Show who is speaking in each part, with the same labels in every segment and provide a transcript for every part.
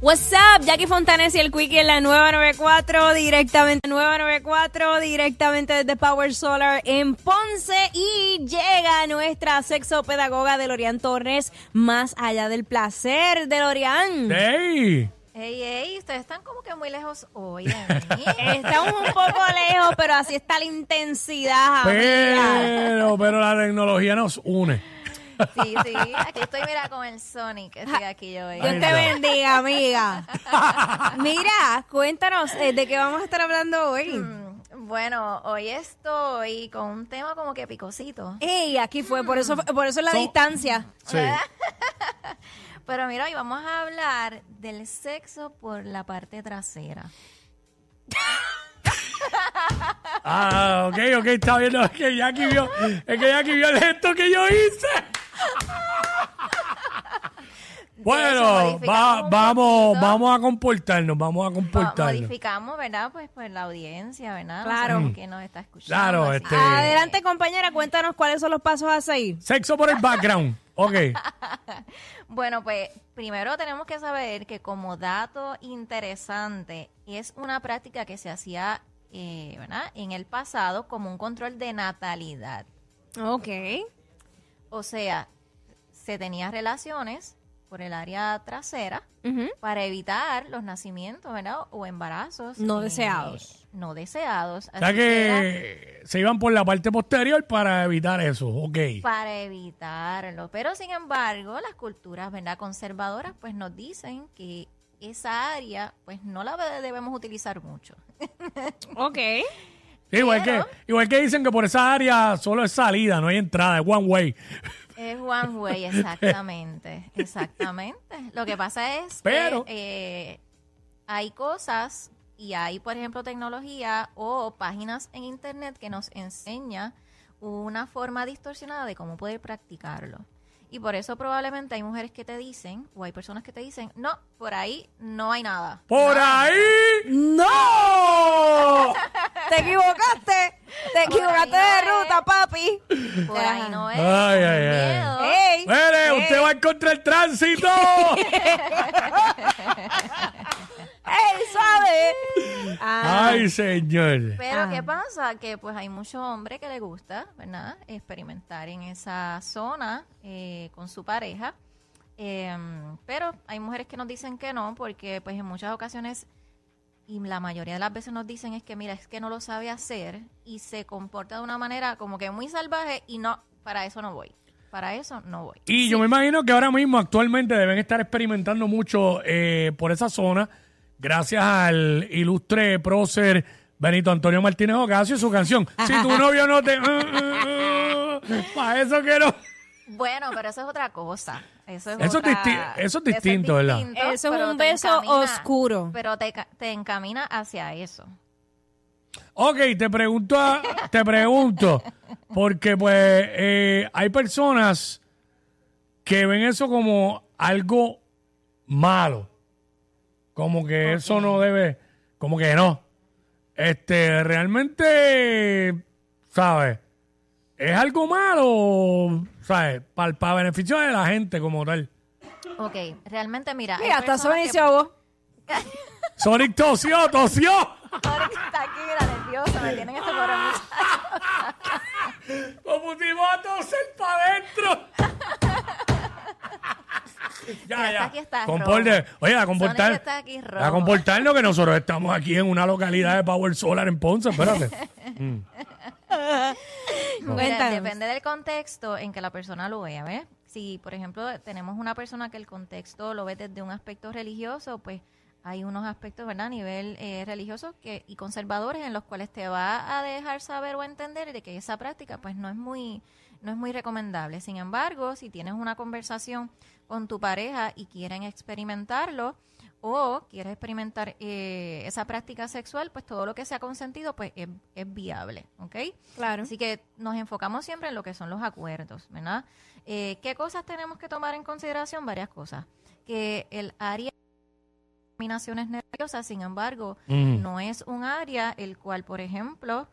Speaker 1: What's up, Jackie Fontanes y el Quickie en la nueva 94, directamente, nueva 94, directamente desde Power Solar en Ponce. Y llega nuestra sexopedagoga Delorian Torres, más allá del placer, Delorian.
Speaker 2: ¡Ey!
Speaker 3: Ey, ey, ustedes están como que muy lejos hoy. Dani.
Speaker 1: Estamos un poco lejos, pero así está la intensidad, amiga.
Speaker 2: Pero, pero la tecnología nos une.
Speaker 3: sí, sí, aquí estoy, mira, con el Sonic. Estoy aquí yo. hoy.
Speaker 1: Dios te bendiga, amiga. Mira, cuéntanos eh, de qué vamos a estar hablando hoy.
Speaker 3: Bueno, hoy estoy con un tema como que picosito.
Speaker 1: Ey, aquí fue, por eso, por eso la
Speaker 2: So-
Speaker 1: distancia.
Speaker 2: Sí.
Speaker 3: Pero mira, hoy vamos a hablar del sexo por la parte trasera.
Speaker 2: Ah, ok, ok, está bien. No, es que Jackie vio, es que Jackie vio el gesto que yo hice. Bueno, va-
Speaker 3: modificamos un
Speaker 2: vamos,
Speaker 3: poquito.
Speaker 2: vamos a comportarnos, vamos a
Speaker 3: Mo-
Speaker 2: comportarnos.
Speaker 3: Modificamos, ¿verdad? Pues, pues la audiencia, ¿verdad?
Speaker 1: Claro.
Speaker 3: que nos está escuchando.
Speaker 2: Claro,
Speaker 3: así.
Speaker 2: este-
Speaker 1: Adelante, compañera, cuéntanos cuáles son los pasos a seguir.
Speaker 2: Sexo por el background. Ok.
Speaker 3: Bueno, pues primero tenemos que saber que como dato interesante es una práctica que se hacía eh, ¿verdad? en el pasado como un control de natalidad.
Speaker 1: Ok.
Speaker 3: O sea, se tenía relaciones por el área trasera para evitar los nacimientos ¿verdad? o embarazos Eh,
Speaker 1: No deseados.
Speaker 3: No deseados.
Speaker 2: O sea
Speaker 3: Así era
Speaker 2: que se iban por la parte posterior para evitar eso. Ok.
Speaker 3: para evitarlo. Pero sin embargo, las culturas ¿verdad? conservadoras pues nos dicen que esa área pues no la debemos utilizar mucho.
Speaker 1: Ok.
Speaker 2: Igual que,
Speaker 3: pero-
Speaker 2: igual que dicen que por esa área solo es salida, no hay entrada, es one way.
Speaker 3: Es one way, exactamente, exactamente. Lo que pasa es
Speaker 2: Pero-
Speaker 3: que eh, hay cosas y hay, por ejemplo, tecnología o páginas en internet que nos enseña una forma distorsionada de cómo poder practicarlo. Y por eso probablemente hay mujeres que te dicen, o hay personas que te dicen, no, por ahí no hay nada.
Speaker 2: ¡Por ahí! ¡No!
Speaker 1: Te equivocaste. Te equivocaste de
Speaker 3: Ay, no, eh.
Speaker 1: ruta, papi.
Speaker 3: Por ahí no es.
Speaker 2: Ay,
Speaker 3: con
Speaker 2: ay, ay.
Speaker 3: miedo.
Speaker 1: Ey.
Speaker 2: ¡Mire,
Speaker 1: ey,
Speaker 2: usted va en contra el tránsito!
Speaker 1: ey, suave. Ah,
Speaker 2: ¡Ay, señor!
Speaker 3: Pero
Speaker 1: Ah.
Speaker 3: ¿qué pasa? Que pues hay muchos hombres que les gusta, ¿verdad? Experimentar en esa zona eh, con su pareja. Eh, pero hay mujeres que nos dicen que no, porque pues en muchas ocasiones, y la mayoría de las veces nos dicen es que mira, es que no lo sabe hacer y se comporta de una manera como que muy salvaje y no, para eso no voy. Para eso no voy.
Speaker 2: Y yo me imagino que ahora mismo, actualmente, deben estar experimentando mucho eh, por esa zona, gracias al ilustre prócer Benito Antonio Martínez Ocasio y su canción. Si tu novio no te. para eso que no.
Speaker 3: Bueno, pero eso es otra cosa. Eso es,
Speaker 2: Eso es
Speaker 3: otra-
Speaker 2: disti- eso es distinto, ¿verdad?
Speaker 1: Eso es
Speaker 3: pero
Speaker 1: un
Speaker 3: te
Speaker 1: beso oscuro.
Speaker 3: Pero te, ca- te encamina hacia eso.
Speaker 2: Ok, te pregunto, a- te pregunto, porque pues eh, hay personas que ven eso como algo malo, como que eso no debe, como que no. Este, realmente, ¿sabes? ¿Es algo malo, sabes? Para beneficio de la gente como tal.
Speaker 3: Ok, realmente mira. hay
Speaker 1: mira, hasta
Speaker 3: personas que-
Speaker 1: Sonicio vos.
Speaker 2: Sonic tosió, tosió.
Speaker 3: Ahora que está aquí, mira, nerviosa, me tienen este pobre muchacho.
Speaker 2: Lo pusimos a toser para adentro. ya,
Speaker 3: Hasta aquí está
Speaker 2: Comporte,
Speaker 3: rojo.
Speaker 2: oye, a comportar.
Speaker 3: Sonic está aquí rojo.
Speaker 2: a comportarnos que nosotros estamos aquí en una localidad de Power Solar en Ponce, espérate.
Speaker 3: Mira,
Speaker 1: Cuéntanos.
Speaker 3: depende del contexto en que la persona lo vea, ¿ves? Si, por ejemplo, tenemos una persona que el contexto lo ve desde un aspecto religioso, pues hay unos aspectos, ¿verdad?, a nivel eh, religioso que, y conservadores en los cuales te va a dejar saber o entender de que esa práctica, pues, no es muy no es muy recomendable. Sin embargo, si tienes una conversación con tu pareja y quieren experimentarlo o quieres experimentar eh, esa práctica sexual, pues todo lo que sea consentido pues es, es viable, ¿ok?
Speaker 1: Claro.
Speaker 3: Así que nos enfocamos siempre en lo que son los acuerdos, ¿verdad? Eh, ¿Qué cosas tenemos que tomar en consideración? Varias cosas. Que el área de terminaciones nerviosas, sin embargo,
Speaker 2: Mm.
Speaker 3: no es un área el cual, por ejemplo,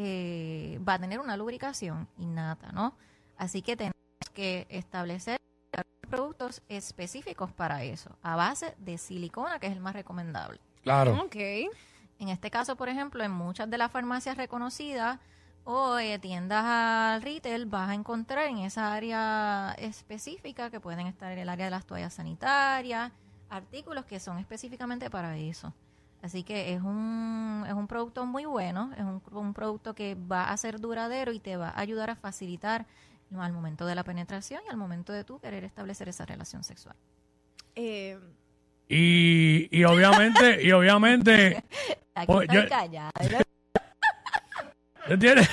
Speaker 3: eh, va a tener una lubricación innata, ¿no? Así que tenemos que establecer productos específicos para eso, a base de silicona, que es el más recomendable.
Speaker 2: Claro.
Speaker 1: Ok.
Speaker 3: En este caso, por ejemplo, en muchas de las farmacias reconocidas o eh, tiendas al retail vas a encontrar en esa área específica que pueden estar en el área de las toallas sanitarias, artículos que son específicamente para eso. Así que es un, es un producto muy bueno, es un, un producto que va a ser duradero y te va a ayudar a facilitar al momento de la penetración y al momento de tú querer establecer esa relación sexual.
Speaker 1: Eh,
Speaker 2: Y, y obviamente, y obviamente,
Speaker 3: Aquí
Speaker 2: Oye,
Speaker 3: estoy
Speaker 2: yo-
Speaker 3: callada.
Speaker 2: ¿entiendes?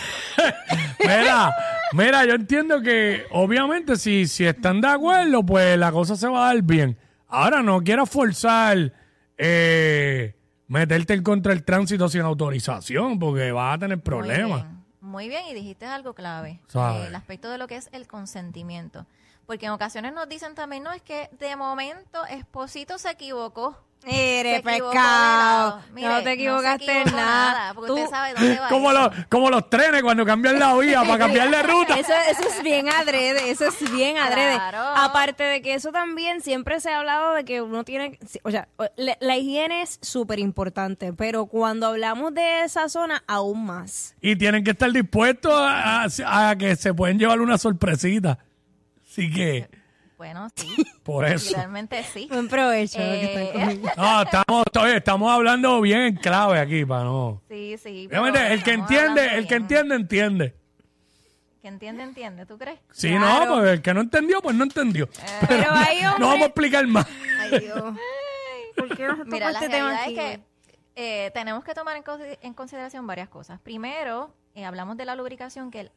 Speaker 2: mira, mira, yo entiendo que obviamente si, si están de acuerdo, pues la cosa se va a dar bien. Ahora no quieras forzar eh, meterte en contra el tránsito sin autorización, porque vas a tener problemas.
Speaker 3: Muy bien, muy bien, y dijiste algo clave,
Speaker 2: Sabe.
Speaker 3: eh, el aspecto de lo que es el consentimiento. Porque en ocasiones nos dicen también, no, es que de momento Esposito se equivocó.
Speaker 1: Mire,
Speaker 3: Se equivocó de
Speaker 1: pescado.
Speaker 3: lado. Mire,
Speaker 1: no
Speaker 3: se
Speaker 1: te equivocaste en
Speaker 3: equivocó
Speaker 1: nada.
Speaker 3: Porque usted
Speaker 1: Tú-
Speaker 3: sabe dónde va
Speaker 2: Como
Speaker 3: eso.
Speaker 2: los, como los trenes cuando cambian la vía para cambiar de ruta.
Speaker 1: Eso, eso es bien adrede, eso es bien adrede.
Speaker 3: Claro.
Speaker 1: Aparte de que eso también siempre se ha hablado de que uno tiene, si- o sea, o- la, la higiene es súper importante, pero cuando hablamos de esa zona, aún más.
Speaker 2: Y tienen que estar dispuestos a, a- a que se pueden llevar una sorpresita. Así que,
Speaker 3: Bueno, sí,
Speaker 2: por eso.
Speaker 3: realmente sí.
Speaker 1: Buen provecho. lo que están
Speaker 3: Eh,
Speaker 1: comiendo.
Speaker 2: No, estamos, oye, estamos hablando bien en clave aquí, para no.
Speaker 3: Sí, sí. pero
Speaker 2: Obviamente, el que
Speaker 3: estamos
Speaker 2: entiende,
Speaker 3: hablando
Speaker 2: el que
Speaker 3: bien.
Speaker 2: entiende, entiende.
Speaker 3: Que entiende, entiende, ¿tú crees?
Speaker 2: Si
Speaker 1: Claro. Eh,
Speaker 2: no, pues el que no entendió, pues no entendió.
Speaker 1: Pero hay hombres-
Speaker 2: No vamos a explicar más.
Speaker 1: Ay, Dios. ¿Por qué nos tocó
Speaker 3: Mira, la
Speaker 1: este tema
Speaker 3: realidad
Speaker 1: aquí,
Speaker 3: es que eh, tenemos que tomar en, consi- en consideración varias cosas. Primero, eh, hablamos de la lubricación, que el-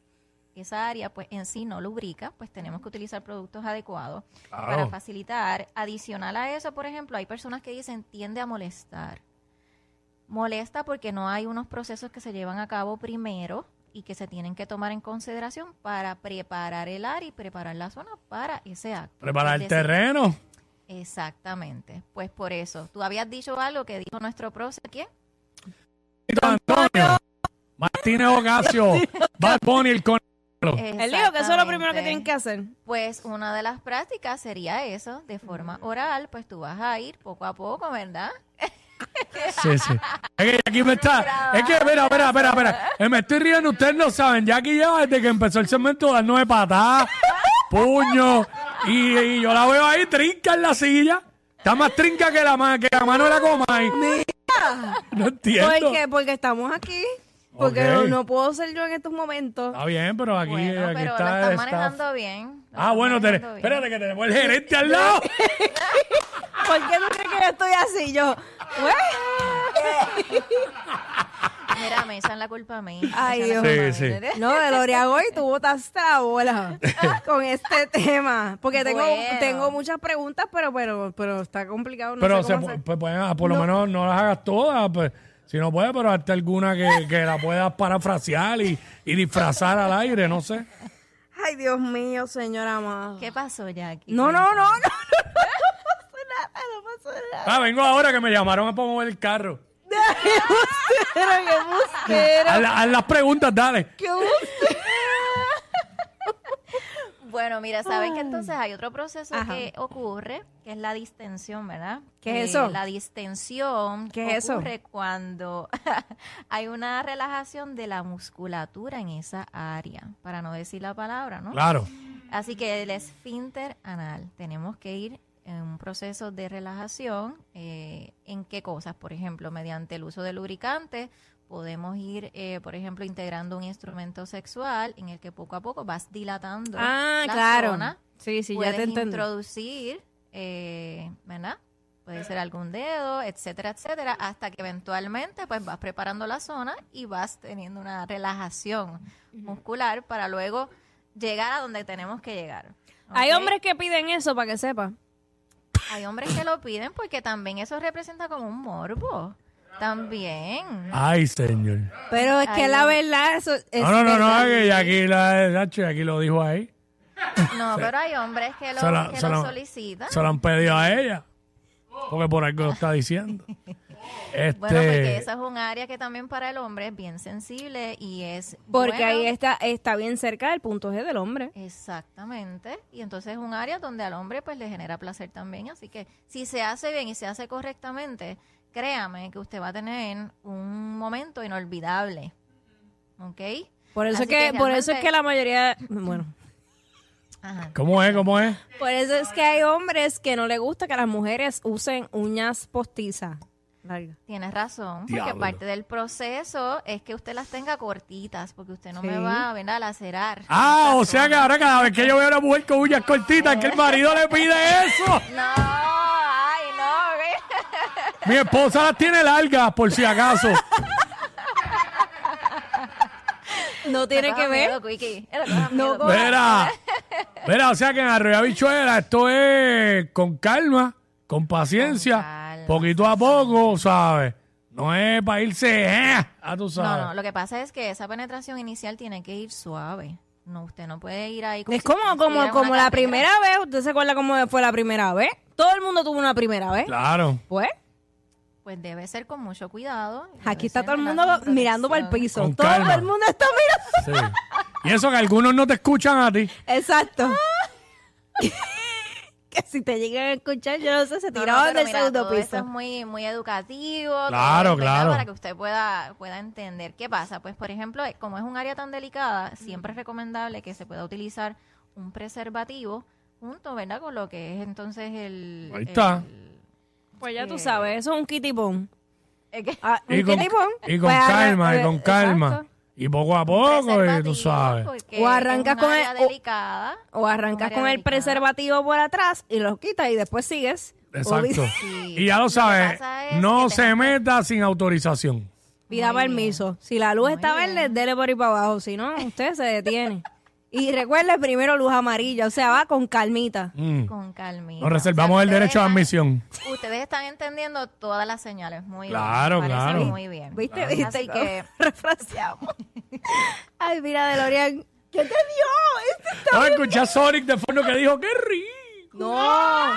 Speaker 3: esa área pues en sí no lubrica, pues tenemos que utilizar productos adecuados
Speaker 2: Claro.
Speaker 3: para facilitar. Adicional a eso, por ejemplo, hay personas que dicen tiende a molestar. Molesta porque no hay unos procesos que se llevan a cabo primero y que se tienen que tomar en consideración para preparar el área y preparar la zona para ese acto.
Speaker 2: Preparar el
Speaker 3: Es decir,
Speaker 2: terreno.
Speaker 3: Exactamente. Pues por eso. Tú habías dicho algo que dijo nuestro profe. ¿Quién?
Speaker 2: Antonio. Martínez Ocasio. Bad Bunny, el con.
Speaker 1: El lío, que eso es lo primero que tienen que
Speaker 3: hacer.
Speaker 1: hacer.
Speaker 3: Pues una de las prácticas sería eso, de forma oral. Pues tú vas a ir poco a poco, ¿verdad?
Speaker 2: Sí, sí. Es que aquí me está. Es que, espera, espera, espera, espera. Eh, Me estoy riendo, ustedes no saben. Jackie lleva desde que empezó el segmento dándome patadas, puño. Y, y yo la veo ahí, trinca en la silla. Está más trinca que la, ma- que la mano de la coma. ahí. No entiendo.
Speaker 1: ¿Por qué? Porque estamos aquí. Porque
Speaker 2: Ok.
Speaker 1: no, no puedo ser yo en estos momentos.
Speaker 2: Está bien, pero aquí,
Speaker 3: bueno,
Speaker 2: aquí está.
Speaker 3: pero lo están
Speaker 2: el staff.
Speaker 3: manejando bien. lo
Speaker 2: Ah,
Speaker 3: están
Speaker 2: bueno, te-
Speaker 3: manejando bien.
Speaker 2: espérate que tenemos el gerente al lado.
Speaker 1: ¿Por qué tú crees que yo estoy así? Yo, ¿eh?
Speaker 3: Mira, me echan la culpa a mí. me
Speaker 1: Ay,
Speaker 3: echan la
Speaker 2: Dios. Sí,
Speaker 3: culpa a mí.
Speaker 1: No, de Loriagoy, tú botaste la bola con este tema. Porque tengo,
Speaker 3: Bueno.
Speaker 1: tengo muchas preguntas, pero bueno, pero está complicado. No
Speaker 2: Pero
Speaker 1: sé
Speaker 2: se
Speaker 1: cómo
Speaker 2: pu-
Speaker 1: hacer.
Speaker 2: pues, pues, ah, por lo menos no las hagas todas, pues, si no puedes, pero hazte alguna que, que la puedas parafrasear y, y disfrazar al aire, no sé.
Speaker 1: Ay, Dios mío, señora amada.
Speaker 3: ¿Qué pasó, Jackie?
Speaker 1: No, no, no, no, no, no pasó nada, no pasó nada.
Speaker 2: Ah, vengo ahora que me llamaron para mover el carro.
Speaker 1: Qué embustero, qué embustero,
Speaker 2: Haz, la- haz las preguntas, dale.
Speaker 1: qué embustero.
Speaker 3: Bueno, mira, sabes que entonces hay otro proceso
Speaker 1: Ajá.
Speaker 3: que ocurre, que es la distensión, ¿verdad?
Speaker 1: ¿Qué es
Speaker 3: Eh,
Speaker 1: eso?
Speaker 3: La distensión
Speaker 1: ¿Qué es eso?
Speaker 3: ocurre cuando hay una relajación de la musculatura en esa área, para no decir la palabra, ¿no?
Speaker 2: Claro.
Speaker 3: Así que el esfínter anal, tenemos que ir en un proceso de relajación. eh, ¿En qué cosas? Por ejemplo, mediante el uso de lubricante, podemos ir, eh, por ejemplo, integrando un instrumento sexual en el que poco a poco vas dilatando
Speaker 1: Ah,
Speaker 3: la
Speaker 1: claro.
Speaker 3: zona.
Speaker 1: Sí, sí, ya
Speaker 3: Puedes
Speaker 1: te entendí.
Speaker 3: introducir, eh, ¿verdad? Puede ser algún dedo, etcétera, etcétera, hasta que eventualmente pues vas preparando la zona y vas teniendo una relajación muscular para luego llegar a donde tenemos que llegar. ¿ok?
Speaker 1: Hay hombres que piden eso para que sepa.
Speaker 3: Hay hombres que lo piden porque también eso representa como un morbo. También.
Speaker 2: Ay, señor.
Speaker 1: Pero es que la verdad, eso es
Speaker 2: No, no, no, no,
Speaker 1: verdad.
Speaker 2: que aquí, la, Nacho, aquí lo dijo ahí.
Speaker 3: No, pero hay hombres que lo,
Speaker 2: Se la-
Speaker 3: que
Speaker 2: se
Speaker 3: lo
Speaker 2: la-
Speaker 3: solicitan.
Speaker 2: Se lo han pedido a ella. Porque por algo lo está diciendo. Este,
Speaker 3: Bueno, porque esa es un área que también para el hombre es bien sensible y es...
Speaker 1: Porque
Speaker 3: bueno,
Speaker 1: ahí está, está bien cerca del punto G del hombre.
Speaker 3: Exactamente. Y entonces es un área donde al hombre pues le genera placer también. Así que si se hace bien y se hace correctamente, créame que usted va a tener un momento inolvidable. ¿Ok?
Speaker 1: Por eso
Speaker 3: Así
Speaker 1: es que, por eso es
Speaker 3: realmente-
Speaker 1: que la mayoría, bueno,
Speaker 3: Ajá.
Speaker 2: ¿Cómo es? ¿Cómo es?
Speaker 1: por eso es que hay hombres que no les gusta que las mujeres usen uñas postizas. Larga.
Speaker 3: Tienes razón, porque
Speaker 2: Diablo.
Speaker 3: parte del proceso es que usted las tenga cortitas, porque usted no
Speaker 1: Sí.
Speaker 3: me va ¿verdad? a lacerar.
Speaker 2: Ah,
Speaker 3: Esa
Speaker 2: o sea que
Speaker 3: zona.
Speaker 2: ahora cada vez que yo veo a una mujer con uñas cortitas, que el marido le pide eso.
Speaker 3: No, ay, no,
Speaker 2: Mi esposa las tiene largas, por si acaso.
Speaker 1: No
Speaker 3: ¿qué?
Speaker 1: tiene que ver. No,
Speaker 3: No,
Speaker 2: Mira, mira, o sea que en Arroyo Bichuela esto es con calma, con paciencia,
Speaker 3: Con calma,
Speaker 2: poquito a poco, ¿sabes? No es para irse, eh, a tu
Speaker 3: no,
Speaker 2: sabes.
Speaker 3: no, lo que pasa es que esa penetración inicial tiene que ir suave. No, usted no puede ir ahí
Speaker 1: Es
Speaker 3: si
Speaker 1: como,
Speaker 3: usted
Speaker 1: como,
Speaker 3: estuviera en
Speaker 1: como
Speaker 3: una
Speaker 1: la
Speaker 3: carrera.
Speaker 1: primera vez. ¿Usted se acuerda cómo fue la primera vez? Todo el mundo tuvo una primera vez.
Speaker 2: Claro,
Speaker 1: Pues,
Speaker 3: Pues debe ser con mucho cuidado. y debe
Speaker 1: aquí está
Speaker 3: ser,
Speaker 1: todo el
Speaker 3: ¿verdad?
Speaker 1: mundo
Speaker 3: con
Speaker 1: mirando para el
Speaker 3: protección.
Speaker 1: piso.
Speaker 2: Con
Speaker 1: todo
Speaker 2: calma.
Speaker 1: el mundo está mirando.
Speaker 2: sí. Y eso que algunos no te escuchan a ti.
Speaker 1: Exacto. que si te llegan a escuchar, yo no sé, se
Speaker 3: No, no,
Speaker 1: tiraban
Speaker 3: pero
Speaker 1: del
Speaker 3: mira,
Speaker 1: segundo
Speaker 3: todo esto es
Speaker 1: piso.
Speaker 3: muy, muy educativo. todo
Speaker 2: Claro,
Speaker 3: es, ¿verdad?
Speaker 2: claro.
Speaker 3: Para que usted pueda, pueda entender qué pasa. Pues, por ejemplo, eh, como es un área tan delicada, siempre es recomendable que se pueda utilizar un preservativo junto, ¿verdad? Con lo que es entonces el...
Speaker 2: Ahí está.
Speaker 3: el-
Speaker 1: Pues ya tú
Speaker 3: Eh.
Speaker 1: sabes, eso es un kitipón.
Speaker 3: es que-
Speaker 1: Ah,
Speaker 2: Y
Speaker 1: un
Speaker 2: con,
Speaker 1: kitipón.
Speaker 2: y con
Speaker 1: Pues, ah,
Speaker 2: calma, y
Speaker 1: eh,
Speaker 2: con calma.
Speaker 1: exacto.
Speaker 2: Y poco a poco, y
Speaker 3: preservativo,
Speaker 2: tú sabes.
Speaker 3: porque
Speaker 1: O arrancas
Speaker 3: es un
Speaker 1: con
Speaker 3: área
Speaker 1: el- o-
Speaker 3: delicada.
Speaker 1: O arrancas
Speaker 3: Área
Speaker 1: con el
Speaker 3: delicada.
Speaker 1: preservativo por atrás y lo quitas y después sigues. O
Speaker 2: Exacto.
Speaker 1: dices,
Speaker 3: Sí.
Speaker 2: Y ya lo
Speaker 3: que
Speaker 2: sabes,
Speaker 3: pasa es
Speaker 2: no
Speaker 3: que
Speaker 2: se meta sin autorización.
Speaker 1: Pida
Speaker 3: Muy
Speaker 1: permiso. Si la luz está verde, dele por ahí para abajo. Si no, usted se detiene. y recuerde primero luz amarilla. O sea, va con calmita.
Speaker 2: Mm.
Speaker 3: Con calmita.
Speaker 2: Nos reservamos el
Speaker 3: ustedes
Speaker 2: derecho de
Speaker 3: están-
Speaker 2: admisión.
Speaker 3: Ustedes están entendiendo todas las señales muy
Speaker 2: Claro,
Speaker 3: bien.
Speaker 2: claro.
Speaker 3: Muy bien.
Speaker 1: ¿Viste?
Speaker 3: Claro.
Speaker 1: ¿Viste?
Speaker 3: Así que
Speaker 1: Refraseamos. Ay, mira, DeLorean. ¿Qué te dio? Este está-
Speaker 2: No escuché a Sonic de fondo que dijo, qué rico.
Speaker 1: No.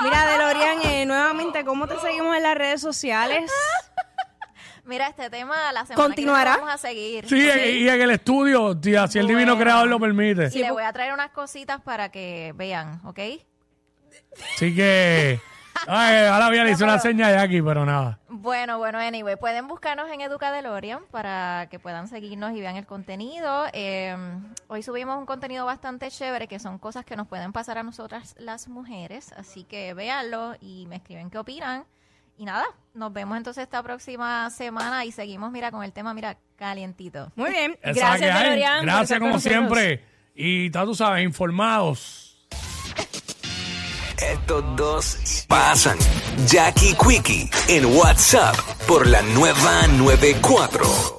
Speaker 1: Mira, DeLorean, eh, nuevamente, ¿cómo te seguimos en las redes sociales?
Speaker 3: mira este tema la semana
Speaker 1: Continuará.
Speaker 3: que viene vamos a seguir.
Speaker 2: Sí, y y en el estudio, tía, si el divino
Speaker 3: Bueno.
Speaker 2: creador lo permite.
Speaker 3: Y le voy a traer unas cositas para que vean, ¿ok?
Speaker 2: Así que, ay, ahora bien, le hice una seña de aquí, pero nada.
Speaker 3: Bueno, bueno, anyway, pueden buscarnos en Educa DeLorean para que puedan seguirnos y vean el contenido. Eh, hoy subimos un contenido bastante chévere que son cosas que nos pueden pasar a nosotras las mujeres, así que véanlo y me escriben qué opinan. Y nada, nos vemos entonces esta próxima semana y seguimos, mira, con el tema, mira, calientito.
Speaker 1: Muy bien.
Speaker 2: Esa
Speaker 1: Gracias,
Speaker 2: que hay.
Speaker 1: DeLorean. por
Speaker 2: Gracias
Speaker 1: estar
Speaker 2: como
Speaker 1: con nosotros.
Speaker 2: siempre. Y ta, tú sabes, informados.
Speaker 4: Estos dos pasan. Jackie Quickie en WhatsApp por la nueva 94.